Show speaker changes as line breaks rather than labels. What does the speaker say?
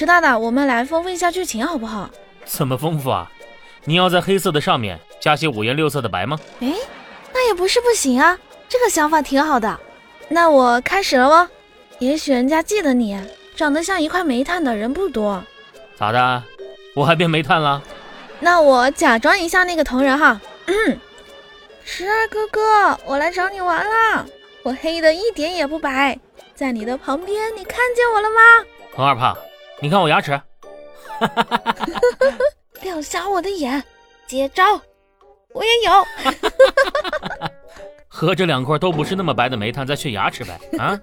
池大大，我们来丰富一下剧情好不好？
怎么丰富啊？你要在黑色的上面加些五颜六色的白吗？
哎，那也不是不行啊，这个想法挺好的。那我开始了吗？也许人家记得你，啊长得像一块煤炭的人不多。
咋的？我还变煤炭了？
那我假装一下那个铜人哈。嗯，十二哥哥，我来找你玩啦！我黑的一点也不白，在你的旁边，你看见我了吗？
红二胖，你看我牙齿，
亮瞎我的眼，接招！我也有。
和这两块都不是那么白的煤炭在炫牙齿呗？啊，